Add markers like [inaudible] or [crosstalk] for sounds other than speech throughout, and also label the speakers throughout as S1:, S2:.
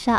S1: 照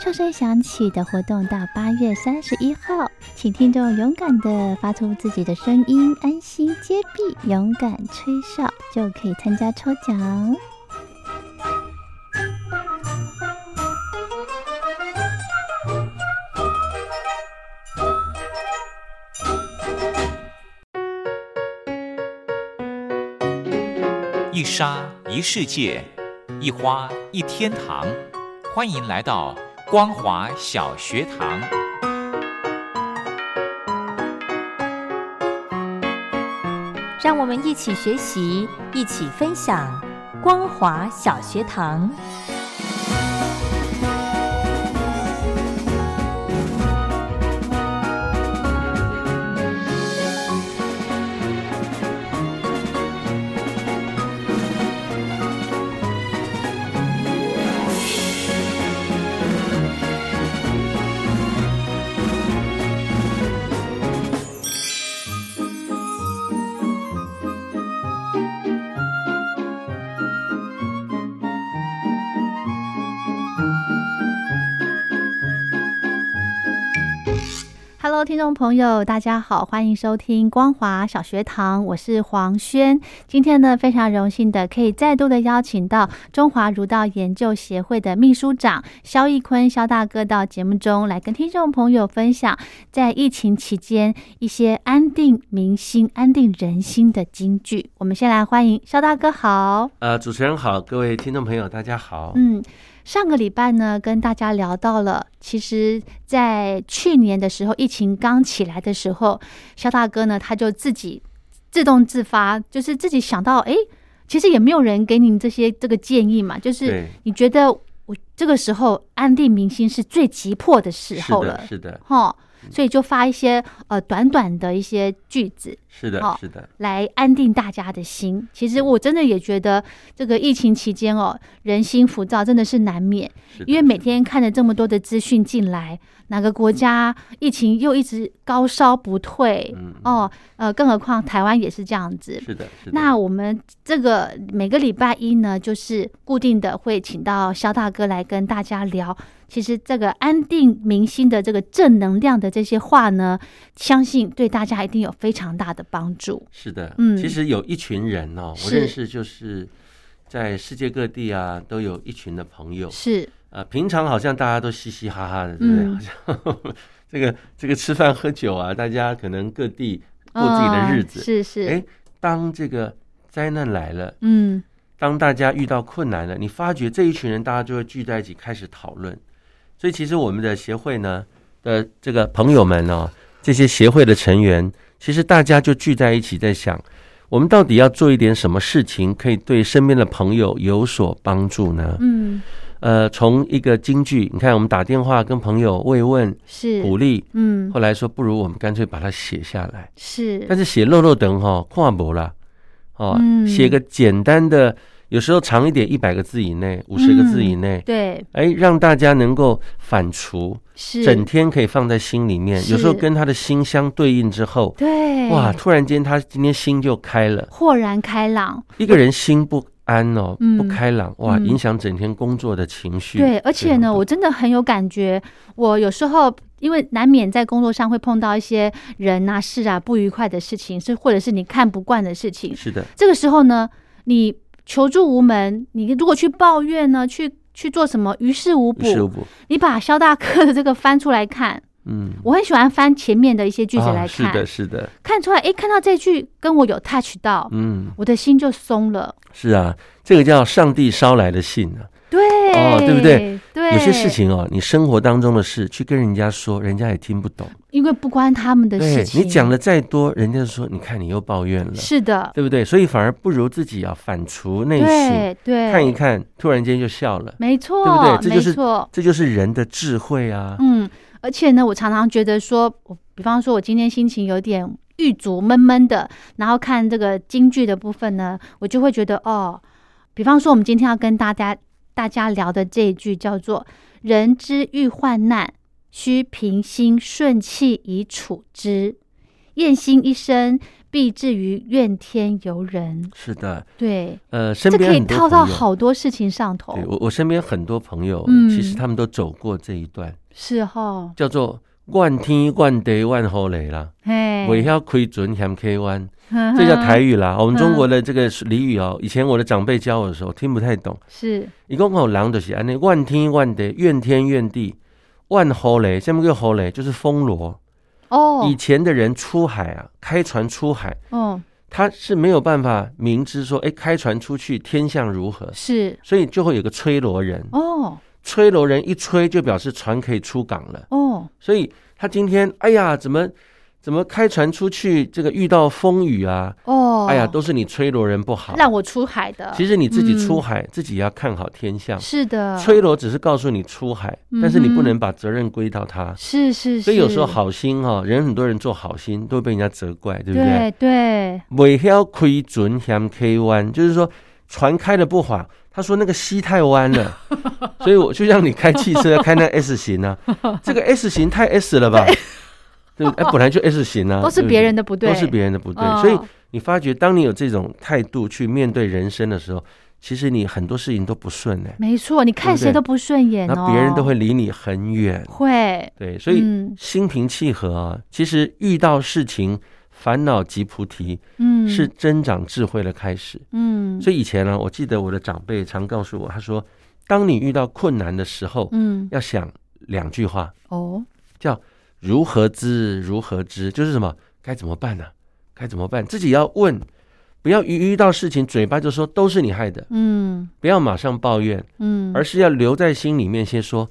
S1: 哨声响起的活动到八月三十一号，请听众勇敢的发出自己的声音，安心接币，勇敢吹哨就可以参加抽奖。
S2: 一沙一世界，一花一天堂。欢迎来到光华小学堂。
S3: 让我们一起学习，一起分享光华小学堂。
S1: Hello，听众朋友，大家好，欢迎收听光华小学堂，我是黄轩。今天呢，非常荣幸的可以再度的邀请到中华儒道研究协会的秘书长肖义坤肖大哥到节目中来跟听众朋友分享，在疫情期间一些安定民心、安定人心的金句。我们先来欢迎肖大哥好。
S4: 呃，主持人好，各位听众朋友，大家好。
S1: 嗯，上个礼拜呢，跟大家聊到了，其实，在去年的时候，疫情刚起来的时候，肖大哥呢，他就自己自动自发，就是自己想到，哎，其实也没有人给你这些这个建议嘛，就是
S4: 对，
S1: 你觉得我这个时候安定民心是最急迫的时
S4: 是
S1: 候了
S4: 的，，是的，
S1: 哈，所以就发一些呃短短的一些句子，
S4: 是
S1: 好
S4: 的，是的，
S1: 来安定大家的心。其实我真的也觉得，这个疫情期间哦，人心浮躁真的是难免，
S4: 是的。
S1: 因为每天看着这么多的资讯进来，哪个国家疫情又一直高烧不退，
S4: 嗯，
S1: 哦，呃，更何况台湾也是这样子。
S4: 是的，是的。
S1: 那我们这个每个礼拜一呢，就是固定的会请到肖大哥来跟大家聊。其实这个安定民心的这个正能量的这些话呢，相信对大家一定有非常大的帮助。
S4: 是的，
S1: 嗯
S4: 其实有一群人哦，我
S1: 是
S4: 认识就是在世界各地啊，都有一群的朋友。
S1: 是，
S4: 呃，平常好像大家都嘻嘻哈哈的，对不对？
S1: 嗯
S4: 好像这个这个吃饭喝酒啊，大家可能各地过自己的日
S1: 嗯
S4: 子。
S1: 是是，
S4: 哎当这个灾难来了，
S1: 嗯，
S4: 当大家遇到困难了，你发觉这一群人大家就会聚在一起开始讨论。所以其实我们的协会呢的这个朋友们哦，这些协会的成员，其实大家就聚在一起在想，我们到底要做一点什么事情，可以对身边的朋友有所帮助呢？
S1: 嗯，
S4: 呃，从一个京剧，你看我们打电话跟朋友慰问
S1: 是，
S4: 鼓励，
S1: 嗯，
S4: 后来说不如我们干脆把它写下来。但
S1: 是，
S4: 是写漏漏等哈、哦，看不啦，哦，
S1: 嗯
S4: 写个简单的，有时候长一点，一百个字以内，五十个字以内，
S1: 对，
S4: 哎、让大家能够反刍，
S1: 是，
S4: 整天可以放在心里面。
S1: 是
S4: 有时候跟他的心相对应之后，
S1: 对，
S4: 哇，，突然间他今天心就开了。
S1: 豁然开朗，
S4: 一个人心不安哦，
S1: 嗯
S4: 不开朗，哇，
S1: 嗯
S4: 影响整天工作的情绪。
S1: 对，而且呢，我真的很有感觉，我有时候。因为难免在工作上会碰到一些人啊、事啊、不愉快的事情，是或者是你看不惯的事情。
S4: 是的，
S1: 这个时候呢，你求助无门，你如果去抱怨呢，去去做什么，于事无补。
S4: 于事无补。
S1: 你把肖大哥的这个翻出来看，
S4: 嗯，
S1: 我很喜欢翻前面的一些句子
S4: 啊
S1: 来看，
S4: 是的，是的，
S1: 看出来，诶，看到这句跟我有 touch 到，
S4: 嗯，
S1: 我的心就松了。
S4: 是啊，这个叫上帝捎来的信啊。
S1: 对，
S4: 哦对不对？
S1: 对，
S4: 有些事，情哦，你生活当中的事，去跟人家说，人家也听不懂。
S1: 因为不关他们的事
S4: 对
S1: 情，
S4: 你讲的再多，人家就说你看你又抱怨了，
S1: 是的，
S4: 对不对？所以反而不如自己啊反刍内省，
S1: 对对，
S4: 看一看，突然间就笑了。
S1: 没错，
S4: 对不对这就是
S1: 没错，
S4: 这就是人的智慧啊！
S1: 嗯，而且呢，我常常觉得说，我比方说，我今天心情有点郁卒、闷闷的，然后看这个京剧的部分呢，我就会觉得哦，比方说，我们今天要跟大家大家聊的这一句叫做“人之欲患难，须平心顺气以处之，厌心一生，必至于怨天尤人
S4: 是的，”。
S1: 对，
S4: 呃，身
S1: 这可
S4: 边
S1: 以
S4: 很多
S1: 套到
S4: 朋友，
S1: 好多事情上头
S4: 对，我我身边很多朋友，
S1: 嗯
S4: 其实他们都走过这一段，
S1: 是哈，
S4: 叫做“万天万地万后雷”啦，
S1: 嘿， [laughs]
S4: 我也要亏准险 K 弯，
S1: 呵
S4: 这叫
S1: 呵
S4: 台语啦。我们中国的
S1: 嗯
S4: 这个俚语哦，以前我的长辈教我的时候听不太懂。
S1: 是
S4: 一共有狼就是安尼，万天万地，怨天怨地，万吼雷，下面叫吼雷，就是风罗。
S1: 哦
S4: 以，前的人出海啊，开船出海，
S1: 哦，
S4: 他是没有办法明知说，哎，开船出去天象如何，
S1: 是
S4: 所以就会有个吹罗人。
S1: 哦
S4: 吹罗人一吹，就表示船可以出港了。
S1: 哦，
S4: 所以他今天，哎呀，怎么怎么开船出去，这个遇到风雨啊，
S1: 哦，
S4: 哎呀，都是你吹罗人不好。
S1: 让我出海的。
S4: 其实你自己
S1: 嗯
S4: 出海，自己要看好天象。
S1: 是的，
S4: 吹锣只是告诉你出海，
S1: 嗯嗯哼
S4: 但是你不能把责任归到他。
S1: 是是是，
S4: 所以有时候好心哈、人很多人做好心都会被人家责怪，对不对？
S1: 对对
S4: 尾要亏准险 K 湾，就是说船开的不好。他说那个西太弯
S1: [laughs]
S4: 了，所以我就像你开汽车开那 S 型啊，这个 S 型太 S 了吧？对不对，哎，本来就 S 型
S1: [laughs]
S4: 啊，
S1: 都是
S4: 对不对
S1: 别人的不对，
S4: 都是别人的不对。
S1: 哦
S4: 所以你发觉，当你有这种态度去面对人生的时候，其实你很多事情都不顺哎、
S1: 没错，你看
S4: 对不
S1: 谁
S4: 对
S1: 都不顺眼
S4: 那
S1: 哦，
S4: 别人都会离你很远。
S1: 会，
S4: 对，所以
S1: 嗯
S4: 心平气和啊，其实遇到事情烦恼即菩提，
S1: 嗯
S4: 是增长智慧的开始。
S1: 嗯，
S4: 所
S1: 以
S4: 以以前呢、我记得我的长辈常告诉我，他说，当你遇到困难的时候，
S1: 嗯
S4: 要想两句话，
S1: 哦
S4: 叫如何知如何知，就是什么该怎么办呢、该怎么办？自己要问，不要一遇到事情嘴巴就说都是你害的，
S1: 嗯
S4: 不要马上抱怨，
S1: 嗯，
S4: 而是要留在心里面先说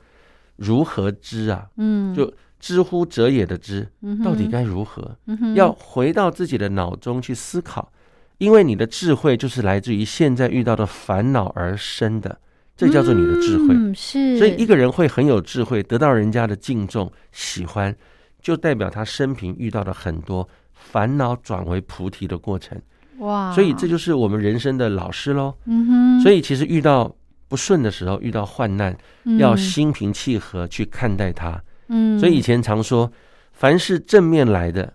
S4: 如何知啊，
S1: 嗯
S4: 就知乎者也的知，
S1: 嗯哼
S4: 到底该如何？
S1: 嗯哼
S4: 要回到自己的脑中去思考，因为你的智慧就是来自于现在遇到的烦恼而生的，这叫做你的智慧。
S1: 嗯是，
S4: 所以一个人会很有智慧，得到人家的敬重、喜欢，就代表他生平遇到的很多烦恼转为菩提的过程。
S1: 哇，
S4: 所以这就是我们人生的老师喽。
S1: 啊嗯哼，
S4: 所以其实遇到不顺的时候，遇到患难，
S1: 以
S4: 要心平气和去看待它。
S1: 嗯，
S4: 所以以前常说，凡是正面来的，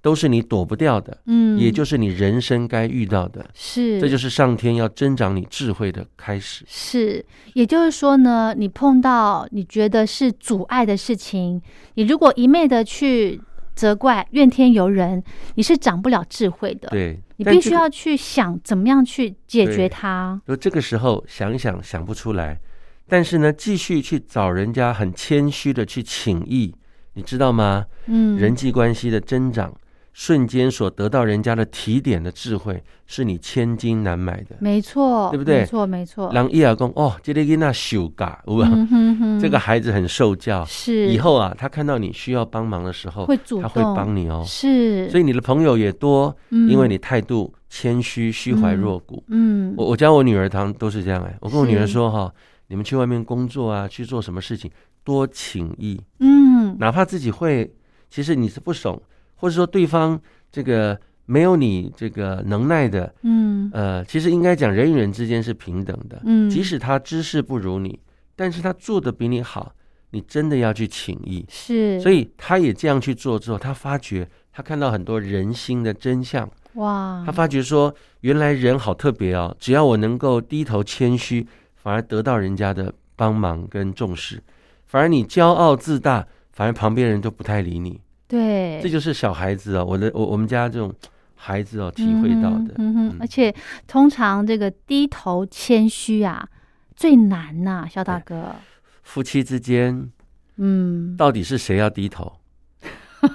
S4: 都是你躲不掉的，
S1: 嗯，
S4: 也就是你人生该遇到的。
S1: 是
S4: 这就是上天要增长你智慧的开始。
S1: 是，也就是说呢，你碰到你觉得是阻碍的事情，你如果一昧的去责怪、怨天尤人，你是长不了智慧的。
S4: 对，
S1: 你
S4: 但
S1: 必
S4: 这
S1: 须
S4: 个
S1: 要去想怎么样去解决
S4: 对
S1: 它。
S4: 如果这个时候想一想想不出来，但是呢，继续去找人家很谦虚的去请益，你知道吗？
S1: 嗯，
S4: 人际关系的增长，瞬间所得到人家的提点的智慧，是你千金难买的。
S1: 没错，
S4: 对不对
S1: 没错，没错。
S4: 让伊尔公哦，这个囡那修嘎，有没有
S1: 嗯哼哼
S4: [laughs] 这个孩子很受教，
S1: 是
S4: 以后啊，他看到你需要帮忙的时候，
S1: 会主
S4: 他
S1: 动，
S4: 会帮你哦。
S1: 是，嗯
S4: 所以你的朋友也多，
S1: 以
S4: 因为你态度谦虚、虚怀
S1: 嗯
S4: 若谷。
S1: 嗯，
S4: 我我教我女儿常都是这样哎、我跟我女儿
S1: 是
S4: 说哈、你们去外面工作啊，去做什么事情，多请益，
S1: 嗯
S4: 哪怕自己会，其实你是不怂，或者说对方这个没有你这个能耐的，
S1: 嗯
S4: 呃，其实应该讲人与人之间是平等的，
S1: 嗯，
S4: 即使他知识不如你，但是他做的比你好，你真的要去请益。
S1: 是，
S4: 所
S1: 以
S4: 以他也这样去做之后，他发觉他看到很多人心的真相，
S1: 哇
S4: 他，发觉说，原来人好特别哦，只要我能够低头谦虚，反而得到人家的帮忙跟重视，反而你骄傲自大，反而旁边人都不太理你。
S1: 对，
S4: 这就是小孩子哦，我的我我们家这种孩子哦体会到的。
S1: 嗯哼嗯哼
S4: 嗯
S1: 而且通常这个低头谦虚啊，最难呐、肖大哥。
S4: 夫妻之间、
S1: 嗯，
S4: 到底是谁要
S1: [laughs]
S4: 低头？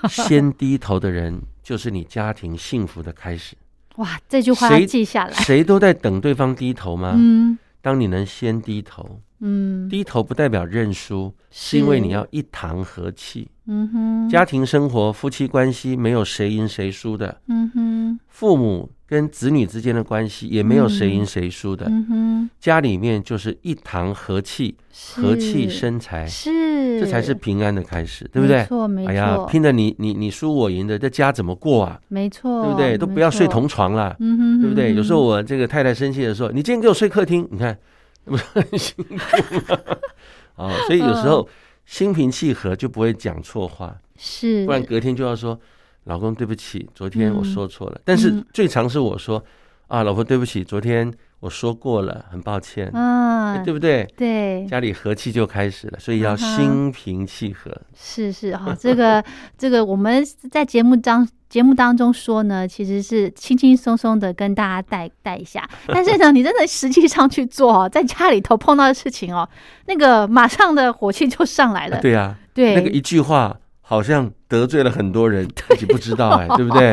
S4: 先低头的人就是你家庭幸福的开始。
S1: 哇，这句话要
S4: 谁啊
S1: 记下来。
S4: 谁都在等对方低头吗？
S1: 嗯
S4: 当你能先低头，
S1: 嗯，
S4: 低头不代表认输，
S1: 是
S4: 是因为你要一堂和气。
S1: 嗯哼，
S4: 家庭生活、夫妻关系没有谁赢谁输的，
S1: 嗯哼
S4: 父母跟子女之间的关系也没有谁赢谁输的。
S1: 嗯哼，
S4: 家里面就是一堂和气，
S1: 是
S4: 和气生财，
S1: 是，
S4: 这才是平安的开始，对不对
S1: 没？错没
S4: 哎呀，
S1: 错，
S4: 拼的你你你输我赢的，这家怎么过啊？
S1: 没错，
S4: 对不对？都不要睡同
S1: 没错，
S4: 床了，
S1: 嗯哼，
S4: 对不对？有时候
S1: 嗯
S4: 我这个太太生气的时候，你今天给我睡客厅，你看，那不是很辛苦吗？哦，所以有时
S1: 嗯
S4: 候心平气和就不会讲错话，
S1: 是，
S4: 不然隔天就要说，老公对不起，昨天我说错了。但
S1: 嗯
S4: 是最常是我说啊，老婆对不起，昨天我说过了，很抱歉，哎
S1: 啊，
S4: 对不对？
S1: 对，
S4: 家里和气就开始了，所以要
S1: 嗯哼
S4: 心平气和。
S1: 是是哈、这个这个我们在节目当节目当中说呢，其实是轻轻松松的跟大家带带一下，但是呢，你真的实际上去做哦，在家里头碰到的事情哦，那个马上的火气就上来了，
S4: 啊对呀、
S1: 对
S4: 那个一句话好像得罪了
S1: [laughs]
S4: 很多人，自己不知道哎，对不对？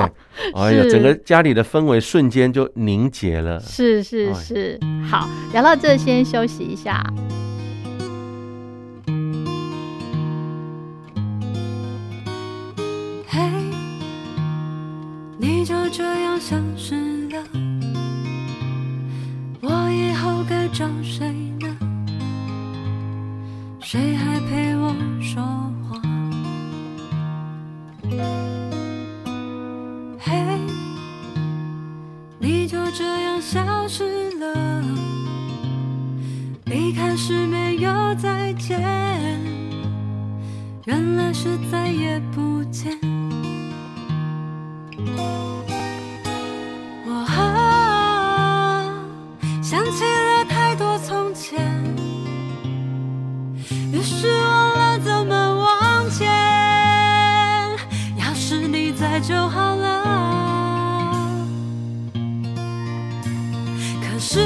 S4: 哎呀，
S1: 是
S4: 整个家里的氛围瞬间就凝结了。
S1: 是是
S4: 哎
S1: 是，好，聊到这先休息一下。
S5: 嘿，你就这样消失了，我以后该找谁呢？谁还陪我说话？嘿，你就这样消失了，一开始没有再见，原来是再也不见。我啊，想起了太多从前，于是忘了怎么往前。要是你在就好了，可是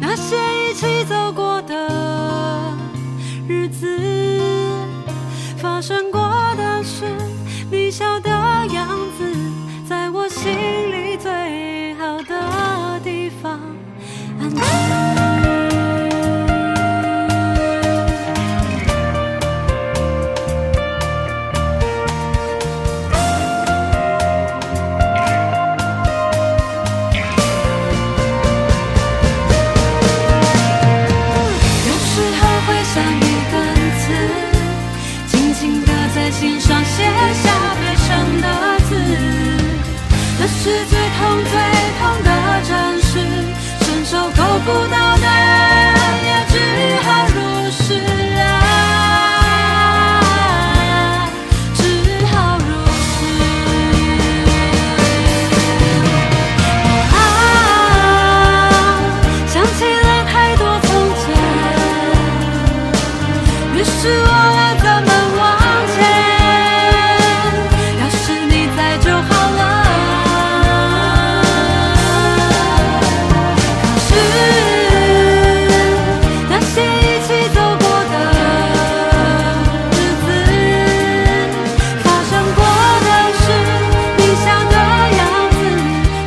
S5: 那些一起走过的日子，发生过的事，你笑的样子，在我心里最好的地方安置。有时候会想一个字，轻轻的在心上写下悲伤的字，那是最痛最痛的战士，伸手够不到的也只好如是啊，只好如是。啊，想起了太多从前，于是忘了怎么往前。要是你在就好了。可是那些一起走过的日子，发生过的事，你笑的样子，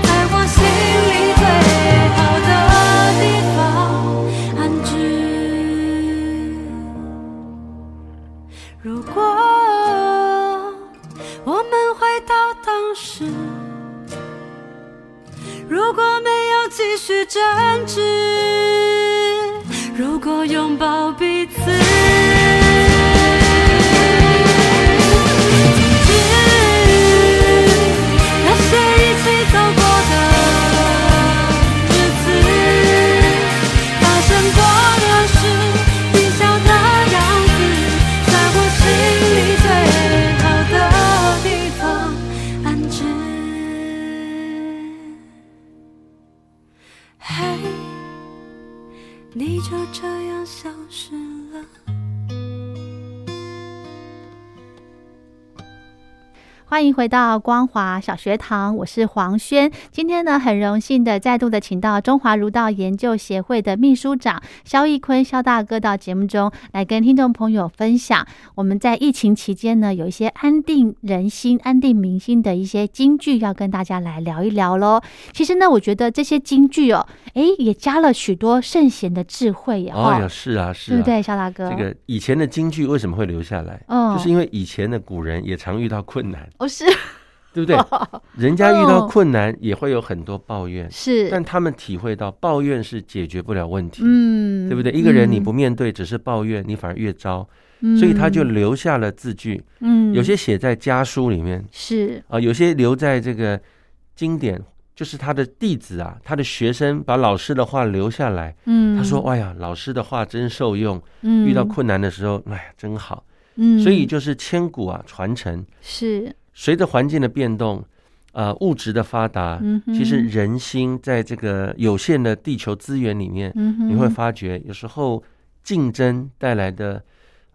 S5: 在我心里最好的地方安置。如果我们回到当时。如果没有继续争执，如果拥抱彼此。总之那些一起走过的日子，发生过的事，你笑的样子，在我心里最好的地方安置。嘿，你就这样消失了。
S1: 欢迎回到光华小学堂，我是黄轩。今天呢，很荣幸的再度的请到中华儒道研究协会的秘书长肖义坤肖大哥到节目中来跟听众朋友分享我们在疫情期间呢有一些安定人心、安定民心的一些金句，要跟大家来聊一聊喽。其实呢，我觉得这些金句哦，诶，也加了许多圣贤的智慧耶
S4: 哦哟，是啊，是
S1: 对
S4: 啊，
S1: 不对，肖大哥？
S4: 这个以前的京剧为什么会留下来？
S1: 嗯
S4: 就是因为以前的古人也常遇到困难，
S1: 哦是
S4: 对
S1: [laughs]
S4: 不对？人家遇到困难也会有很多抱怨，
S1: 哦是，
S4: 但他们体会到抱怨是解决不了问题，
S1: 嗯，
S4: 对不对？一个人你
S1: 嗯
S4: 不面对，只是抱怨，你反而越糟，所以他就留下了字句，
S1: 嗯，
S4: 有些写在家书里面
S1: 是
S4: 啊、有些留在这个经典。就是他的弟子啊，他的学生把老师的话留下来。
S1: 嗯，
S4: 他说：“哎呀，老师的话真受用，
S1: 嗯，
S4: 遇到困难的时候，哎呀，真好。”
S1: 嗯，
S4: 所以就是千古啊传承。
S1: 是
S4: 随着环境的变动，呃，物质的发达，
S1: 嗯哼
S4: 其实人心在这个有限的地球资源里面，
S1: 嗯哼，
S4: 你会发觉有时候竞争带来的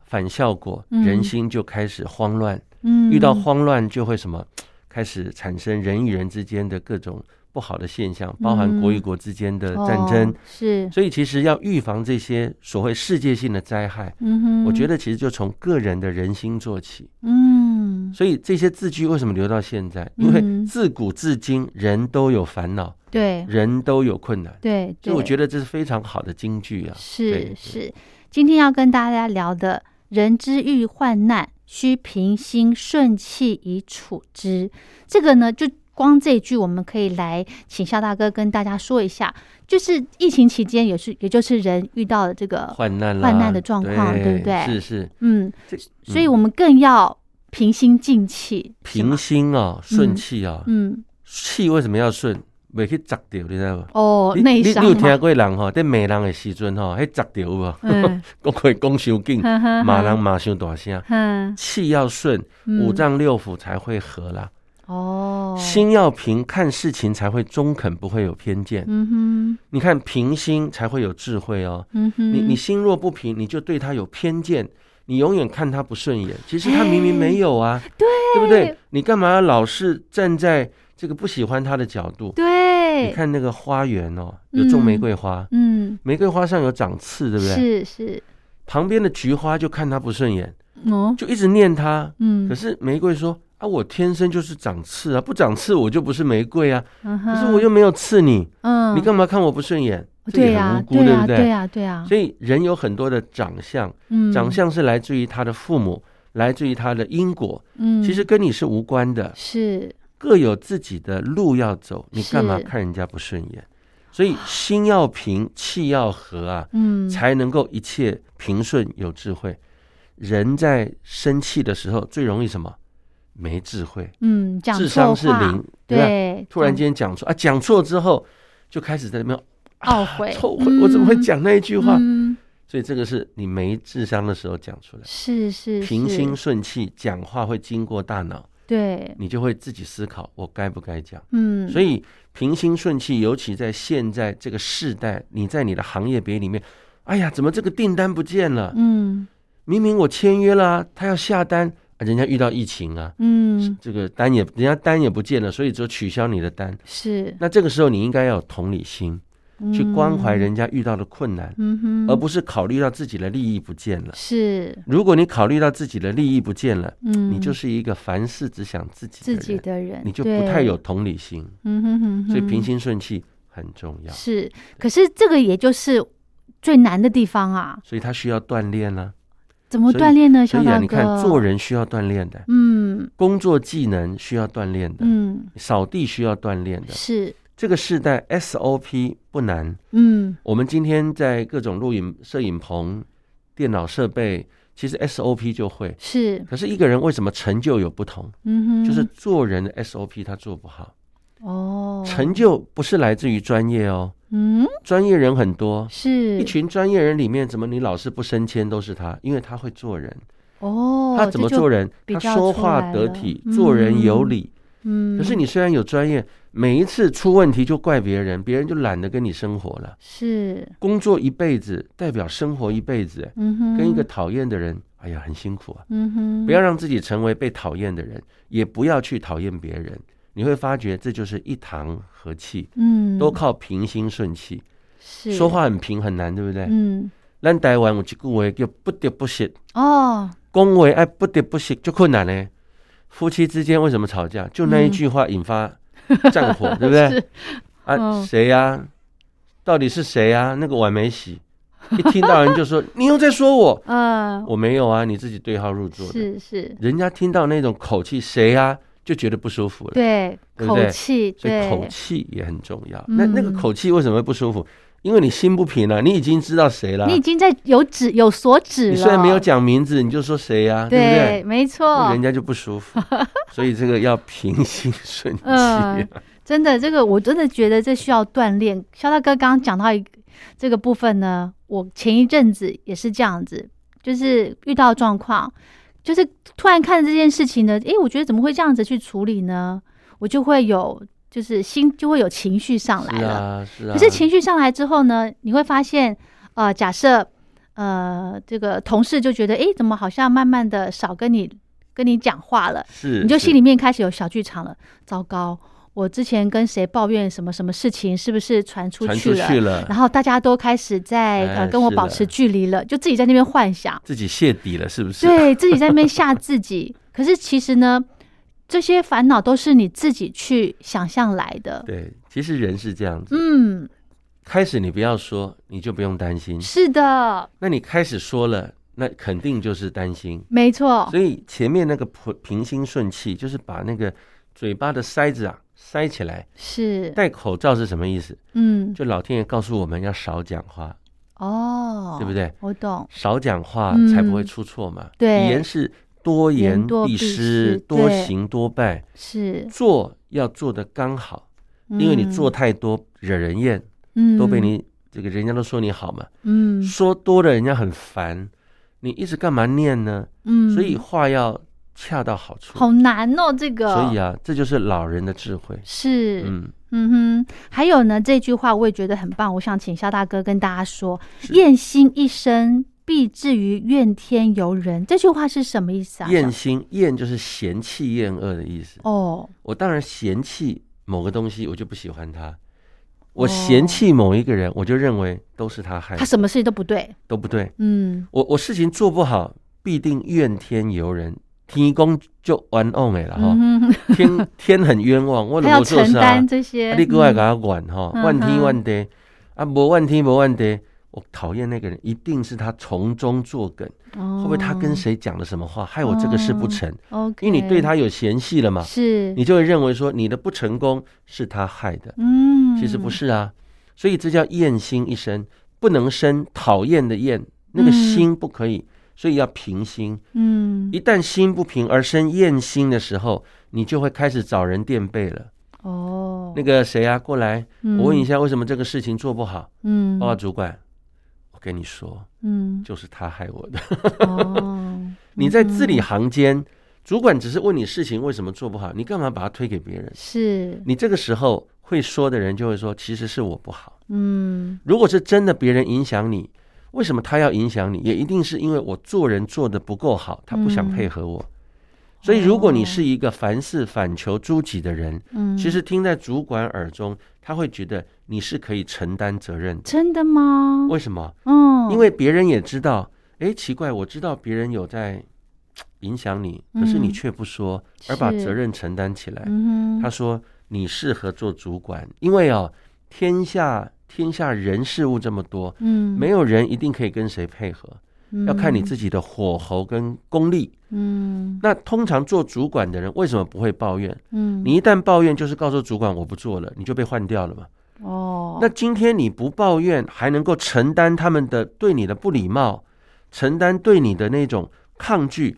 S4: 反效果，
S1: 嗯
S4: 人心就开始慌乱。
S1: 嗯
S4: 遇到慌乱就会什么，开始产生人与人之间的各种不好的现象，包含国与国之间的战争
S1: 嗯哦。是，
S4: 所以其实要预防这些所谓世界性的灾害，
S1: 嗯哼，
S4: 我觉得其实就从个人的人心做起。
S1: 嗯，
S4: 所以这些字句为什么留到现在？
S1: 嗯
S4: 因为自古至今，人都有烦恼，
S1: 对
S4: 人都有困难，
S1: 对，
S4: 所以我觉
S1: 得
S4: 得这是非常好的金句啊。
S1: 是
S4: 对
S1: 是，今天要跟大家聊的“人之遇患难，须平心顺气以处之”，这个呢就。光这一句，我们可以来请肖大哥跟大家说一下，就是疫情期间，也是也就是人遇到的这个
S4: 患难啦，
S1: 患难的状况对不对
S4: 是是，
S1: 嗯
S4: 这，
S1: 所以我们更要平心静气，是吗
S4: 平心啊，顺气啊，
S1: 嗯
S4: 气为什么要顺？袂去砸掉，你知道吗？
S1: 哦
S4: 你
S1: 内
S4: 你
S1: 伤
S4: 你有
S1: 嘛
S4: 听过人吼，在骂人的时阵吼，迄砸掉有无？
S1: [laughs] 嗯，
S4: [laughs] 讲话讲伤紧，
S1: 呵呵
S4: 骂人骂伤大声，
S1: 哼
S4: 气要顺，
S1: 嗯
S4: 五脏六腑才会和啦。
S1: 哦，
S4: 心要平，看事情才会中肯，不会有偏见。
S1: 嗯哼
S4: 你看平心才会有智慧哦。
S1: 嗯哼，
S4: 你你心若不平，你就对他有偏见，你永远看他不顺眼。其实他明明没有啊，
S1: 哎
S4: 对，对不对？你干嘛老是站在这个不喜欢他的角度？
S1: 对，
S4: 你看那个花园哦，有种玫瑰花，
S1: 嗯，
S4: 玫瑰花上有长刺，对不
S1: 是
S4: 对？
S1: 是
S4: 旁边的菊花就看他不顺眼，
S1: 哦，
S4: 就一直念他。
S1: 嗯
S4: 可，是玫瑰说啊，我天生就是长刺啊，不长刺我就不是玫瑰啊。
S1: 可
S4: 可是我又没有刺你，
S1: 嗯，哦
S4: 你干嘛看我不顺眼？这
S1: 对
S4: 也很
S1: 呀
S4: 无辜，
S1: 对
S4: 对
S1: 呀
S4: 不
S1: 对呀对啊嗯呀，
S4: 所以人有很多的长相，
S1: 以
S4: 长相是来自于他的父母，来自于他的因果，
S1: 嗯，
S4: 其实跟你是无关的，
S1: 是
S4: 各有自己的路要走，你干嘛
S1: 是
S4: 看人家不顺眼？所以心要平，气要和啊，
S1: 嗯
S4: 才能够一切平顺有智慧。人在生气的时候最容易什么？没智慧，
S1: 嗯讲
S4: 智
S1: 错
S4: 商是
S1: 话，
S4: 零，对吧？
S1: 对，
S4: 突然
S1: 讲
S4: 间讲错啊，讲错之后就开始在那边
S1: 懊悔
S4: [laughs] 后悔，我怎么会讲那一句
S1: 句
S4: 话？
S1: 嗯，
S4: 所以这个是你没智商的时候讲出来，
S1: 是是
S4: 平
S1: 是
S4: 心顺气，讲话会经过大脑，
S1: 对，
S4: 你就会自己思考我该不该讲。
S1: 嗯，
S4: 所
S1: 以
S4: 以平心顺气，尤其在现在这个世代，你在你的行业别里面，哎呀，怎么这个订单不见了？
S1: 嗯
S4: 明明我签约啦、他要下单，啊人家遇到疫情啊，
S1: 嗯
S4: 这个单也人家单也不见了，所以只有取消你的单。
S1: 是
S4: 那这个时候你应该要有同理心，去关怀
S1: 嗯嗯
S4: 人家遇到的困难，
S1: 嗯哼，
S4: 而不是考虑到自己的利益不见了。
S1: 是，
S4: 如果你考虑到自己的利益不见了，
S1: 嗯，
S4: 你就是一个凡事只想自己的
S1: 自
S4: 人，
S1: 己的人，
S4: 你就
S1: 对
S4: 不太有，同理心，
S1: 嗯哼哼哼，
S4: 所以平心顺气很重要。
S1: 是，可是这个也就是最难的地方啊，
S4: 所以他需要锻炼呢、
S1: 怎么
S4: 所以
S1: 锻炼呢，
S4: 所
S1: 肖
S4: 以啊，
S1: 大
S4: 你看
S1: 哥？
S4: 做，人需要锻炼的，
S1: 嗯
S4: 工作技能需要锻炼的，
S1: 嗯，
S4: 扫地需要锻炼的。
S1: 是，
S4: 这个时代 SOP 不难，
S1: 嗯
S4: 我们今天在各种录影、摄影棚、电脑设备，其实 SOP 就会。
S1: 是，
S4: 可是一个人为什么成就有不同？
S1: 嗯哼，
S4: 就是做人的 SOP 他做不好。
S1: 哦，
S4: 成，就不是来自于专业哦，
S1: 嗯，
S4: 专业人很多，
S1: 是
S4: 一群专业人里面，怎么你老是不升迁都是他，因为他会做人，
S1: 哦，
S4: 他怎么做
S1: 人？
S4: 人，
S1: 比
S4: 他
S1: 较
S4: 说
S1: 出
S4: 话
S1: 来
S4: 得
S1: 了
S4: 体，
S1: 嗯
S4: 做人有理。
S1: 嗯，
S4: 可是你虽然有专业，每一次出问题就怪别人，别人就懒得跟你生活了。
S1: 是，
S4: 工作一辈子代表生活一辈子，
S1: 嗯哼，
S4: 跟一个讨厌的人哎呀，很辛苦啊。
S1: 嗯哼，
S4: 不要让自己成为被讨厌的人，也不要去讨厌别人。你会发觉，这就是一堂和气，
S1: 嗯
S4: 都靠平心顺气。
S1: 是
S4: 说话很平很难，对不对？
S1: 嗯
S4: 咱台湾有一句话叫“不得不识
S1: 哦”，
S4: 恭维爱不得不识就困难呢。夫妻之间为什么吵架？就
S1: 嗯
S4: 那一句话引发
S1: [laughs]
S4: 战火，对不对？啊，
S1: 嗯
S4: 谁呀、到底是谁呀、那个碗没洗，一听到人就说 [laughs] 你又在说我，
S1: 呃
S4: 我没有啊，你自己对号入座的。
S1: 是是，
S4: 人家听到那种口气，谁呀、就觉得不舒服了。
S1: 对
S4: 对不
S1: 口
S4: 对
S1: 气
S4: 所以
S1: 对
S4: 口气也很重要。
S1: 嗯
S4: 那那个口气为什么会不舒服？因为你心不平啊了、你已经知道谁了。
S1: 你已经在有指有所指了，
S4: 啊你虽然没有讲名字，你就说谁呀、对不
S1: 对，
S4: 对？
S1: 没错，
S4: 人家就不舒
S1: [laughs]
S4: 服。所以这个要平心顺气、啊
S1: 嗯真的，这个我真的觉得这需要锻炼。肖大哥刚刚讲到一个这个部分呢，我前一阵子也是这样子，就是遇到状况，就是突然看着这件事情呢，诶，我觉得怎么会这样子去处理呢？我就会有，就是心就会有情绪上来
S4: 是
S1: 了。
S4: 啊，是啊。
S1: 可是情绪上来之后呢，你会发现，呃，假设呃这个同事就觉得，诶，怎么好像慢慢的少跟你跟你讲话了。
S4: 是，
S1: 你就心
S4: 是
S1: 里面开始有小剧场了。糟糕，我之前跟谁抱怨什么什么事情，是不是传出
S4: 传
S1: 去
S4: 出
S1: 了？
S4: 去了，
S1: 然后大家都开始在、
S4: 哎
S1: 呃跟我
S4: 是
S1: 保
S4: 的
S1: 持距离了，就自己在那边幻想，
S4: 自己泄底了，是不是？
S1: 对啊自己在那边吓自己。可是其实呢，这些烦恼都是你自己去想象来的。
S4: 对其实人是这样子，
S1: 嗯，
S4: 开始你不要说，你就不用担心。
S1: 是的，
S4: 那你开始说了，那肯定就是担心。
S1: 没错。
S4: 所以前面那个平平心顺气，就是把那个嘴巴的塞子啊塞起来。
S1: 是，
S4: 戴口罩是什么意思？
S1: 嗯，
S4: 就老天爷告诉我们要少讲话，
S1: 哦，
S4: 对不？对？
S1: 我懂，
S4: 少讲话
S1: 嗯
S4: 才不会出错嘛。
S1: 对
S4: 言是多言
S1: 言多
S4: 必
S1: 必
S4: 失
S1: 失，
S4: 多
S1: 对
S4: 行多败。
S1: 是，
S4: 做要做的刚好，因为你
S1: 嗯
S4: 做，太多惹人厌，
S1: 嗯
S4: 都被，你这个人家都说你好嘛。
S1: 嗯
S4: 说多了人家很烦，你一直干嘛念呢？
S1: 嗯，
S4: 所以话要恰到好处。
S1: 好难哦，这个，
S4: 所以啊，这就是老人的智慧。
S1: 是，
S4: 嗯，
S1: 嗯哼，还有呢，这句话我也觉得很棒，我想请肖大哥跟大家说：“
S4: 是
S1: 燕心一生，必至于怨天尤人。”这句话是什么意思啊？
S4: 厌心厌就是嫌弃厌恶的意思。
S1: 哦，
S4: 我当然嫌弃某个东西，我就不喜欢它。我
S1: 哦
S4: 嫌弃某一个人，我就认为都是他害
S1: 他
S4: 的，
S1: 什么事情都不对。
S4: 都不对。
S1: 嗯，
S4: 我我事情做不好，必定怨天尤人，天公就冤枉的了哈。
S1: 嗯哼，
S4: 天天很冤枉，我
S1: 他
S4: 怎
S1: 要
S4: 么做
S1: 承
S4: 事啊
S1: 担？这些。
S4: 啊你格外
S1: 嗯
S4: 给他管哈，
S1: 嗯
S4: 怨天
S1: 哼
S4: 怨地啊，无怨天无怨地。我讨厌那个人，一定是他从中作梗，
S1: 嗯
S4: 会不会他跟？谁讲了什么话，害我这个事不成？
S1: 哦，OK，
S4: 因为你对他有嫌隙了嘛，
S1: 是，
S4: 你就会认为说你的不成功是他害的，
S1: 嗯，
S4: 其实不，是啊。所以这叫厌心一生，不能生讨厌的厌，那个心不可以，所以要平心。
S1: 嗯
S4: 一，旦心不平而生厌心的时候，你就会开始找人垫背了。
S1: 哦，
S4: 那个谁啊，过来，
S1: 嗯
S4: 我问一，下，为什么这个事情做不好？
S1: 嗯，
S4: 报告主管，我跟你说，
S1: 嗯，
S4: 就是他害我的。
S1: 哦，
S4: [laughs] 你在字里行间，主管只是问你事情为什么做不好，你干嘛把它推给别人？
S1: 是，
S4: 你这个时候会说的人就会说，其实是我不好。
S1: 嗯，
S4: 如果是真的别人影响你，为什么他要影响你？也一定是因为我做人做的不够好，他不想
S1: 嗯
S4: 配合我。所以，如果你是一个凡事反求诸己的人，
S1: 哦嗯，
S4: 其实听在主管耳中，他会觉得你是可以承担责任的。
S1: 真的吗？
S4: 为什么？
S1: 嗯，
S4: 因为别人也知道，诶，奇怪，我知道别人有在嘖影响你，可是你
S1: 嗯
S4: 却不说，而把
S1: 是
S4: 责任承担起来。
S1: 嗯哼
S4: 他说你适合做主管，因为哦，天下天下人事物这么多，
S1: 嗯，
S4: 没有人一定可以跟谁配合，要看你自
S1: 己，
S4: 己的火候跟功力。
S1: 嗯
S4: 那通常做主管的人为什么不会抱怨？
S1: 嗯，
S4: 你一旦抱怨，就是告诉主管我不做了，你就被换掉了嘛。
S1: 哦，
S4: 那今天你不抱怨，还能够承担他们的对你的不礼貌，承担对你的那种抗拒。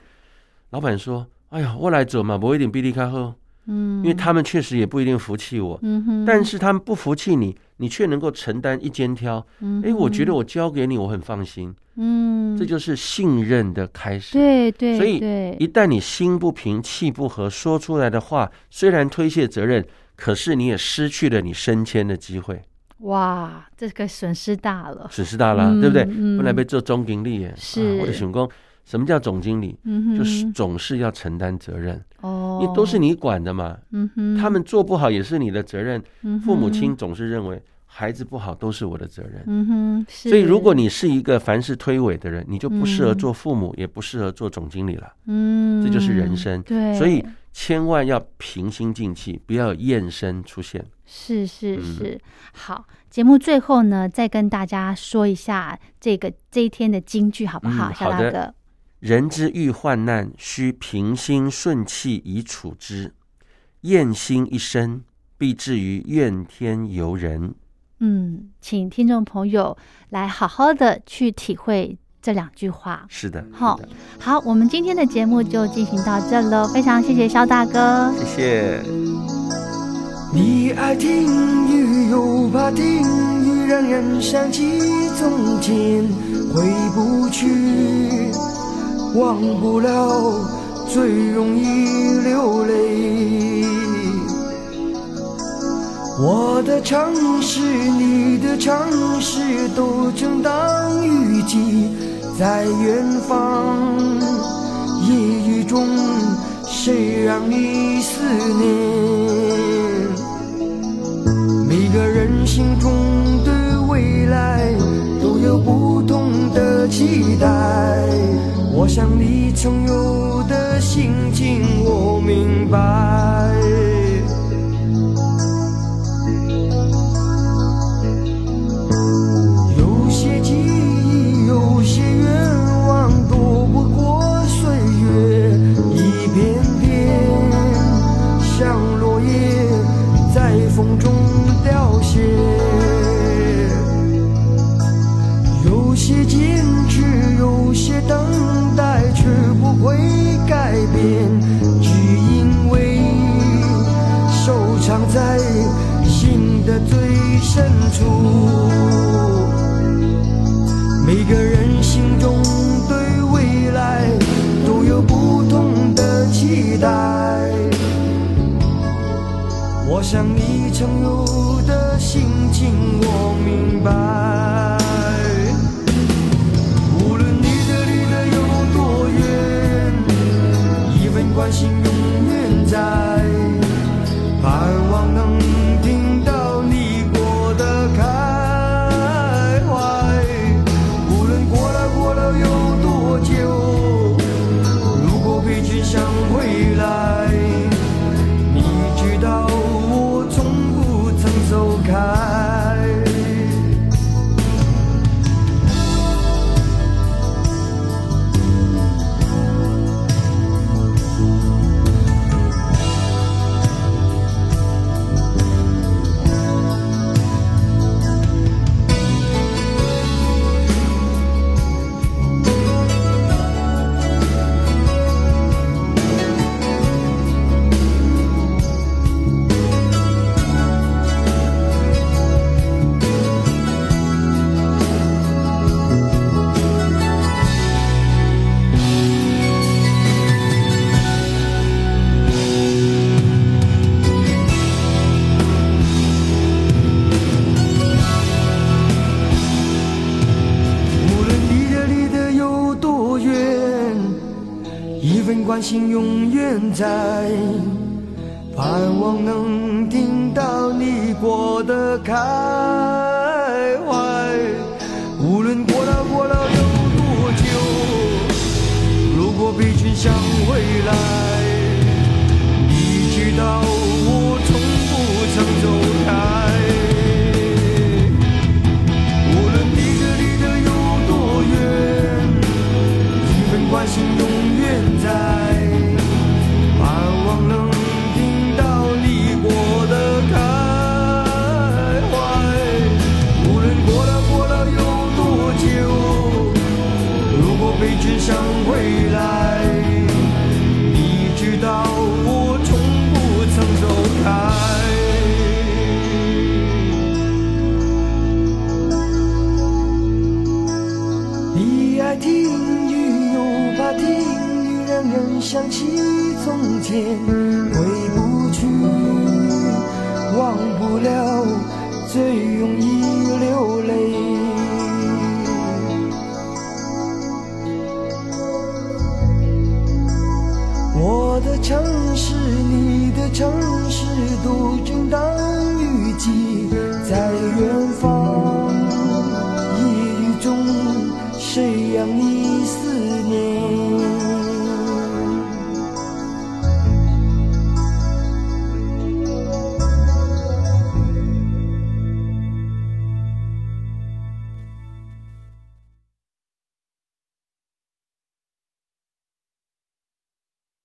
S4: 老板说：“哎呀，我来走嘛，我一点比你看后，
S1: 嗯，
S4: 因为他们确实也不一定服气我，
S1: 嗯哼，
S4: 但是他们不服气你，你却能够承担一肩挑。
S1: 嗯哼，
S4: 哎，我觉得我交给你，我很放心，
S1: 嗯，
S4: 这就是信任的开始。
S1: 对对，
S4: 所以
S1: 对
S4: 一旦你心不平气不和，说出来的话虽然推卸责任，可是你也失去了你升迁的机会，
S1: 哇，这个损失大了，
S4: 损失大了，对不对？
S1: 嗯
S4: 本来
S1: 嗯
S4: 要做总经理的，
S1: 是
S4: 啊、我就想讲，什么叫总经理？
S1: 嗯哼，
S4: 就是总是要承担责任，
S1: 哦，
S4: 因为都是你管的嘛。
S1: 嗯哼，
S4: 他们做不好也是你的责任，
S1: 嗯哼
S4: 父母亲，总是认为孩子不好都是我的责任。
S1: 嗯哼，是
S4: 所以，如果你是一个凡事推诿的人，你就不适合
S1: 嗯
S4: 做父母，也不适合做总经理了。
S1: 嗯，
S4: 这就是人生
S1: 对，
S4: 所以，千万要平心静气，不要有厌身出现。
S1: 是是
S4: 嗯
S1: 是，好，节目最后呢，再跟大家说一下这个这一天的金句好不好，
S4: 嗯
S1: 小
S4: 好
S1: 大
S4: 的
S1: 哥？
S4: 人之遇患难，须平心顺气以处之，厌心一生，必至于怨天尤人。
S1: 嗯，请听众朋友来好好的去体会这两句话。
S4: 是的，
S1: 好
S4: 是的，
S1: 好，我们今天的节目就进行到这喽，非常谢谢肖大哥。
S4: 谢谢。
S6: 你爱听雨又怕听雨，让人想起从前，回不去，忘不了，最容易流泪。我的城市，你的城市，都正当雨季，在远方，夜雨中，谁让你思念？每个人心中对未来都有不同的期待。我想你曾有的心情，我明白。有些记忆，有些愿望，躲不过岁月，一片片像落叶在风中凋谢。有些坚持，有些等待，却不会改变，只因为收藏在心的最深处。每个人心中对未来都有不同的期待，我想你曾有的心情，我明白。无论你的离得有多远，一份关心永远在，盼望能听到你过得开怀。无论过了过了有多久，如果疲倦想回来，你知道我从不曾走开。无论你的离得有多远，一份关心永远在，盼望能听到你过得开怀。无论过了过了有多久，如果疲倦想回来，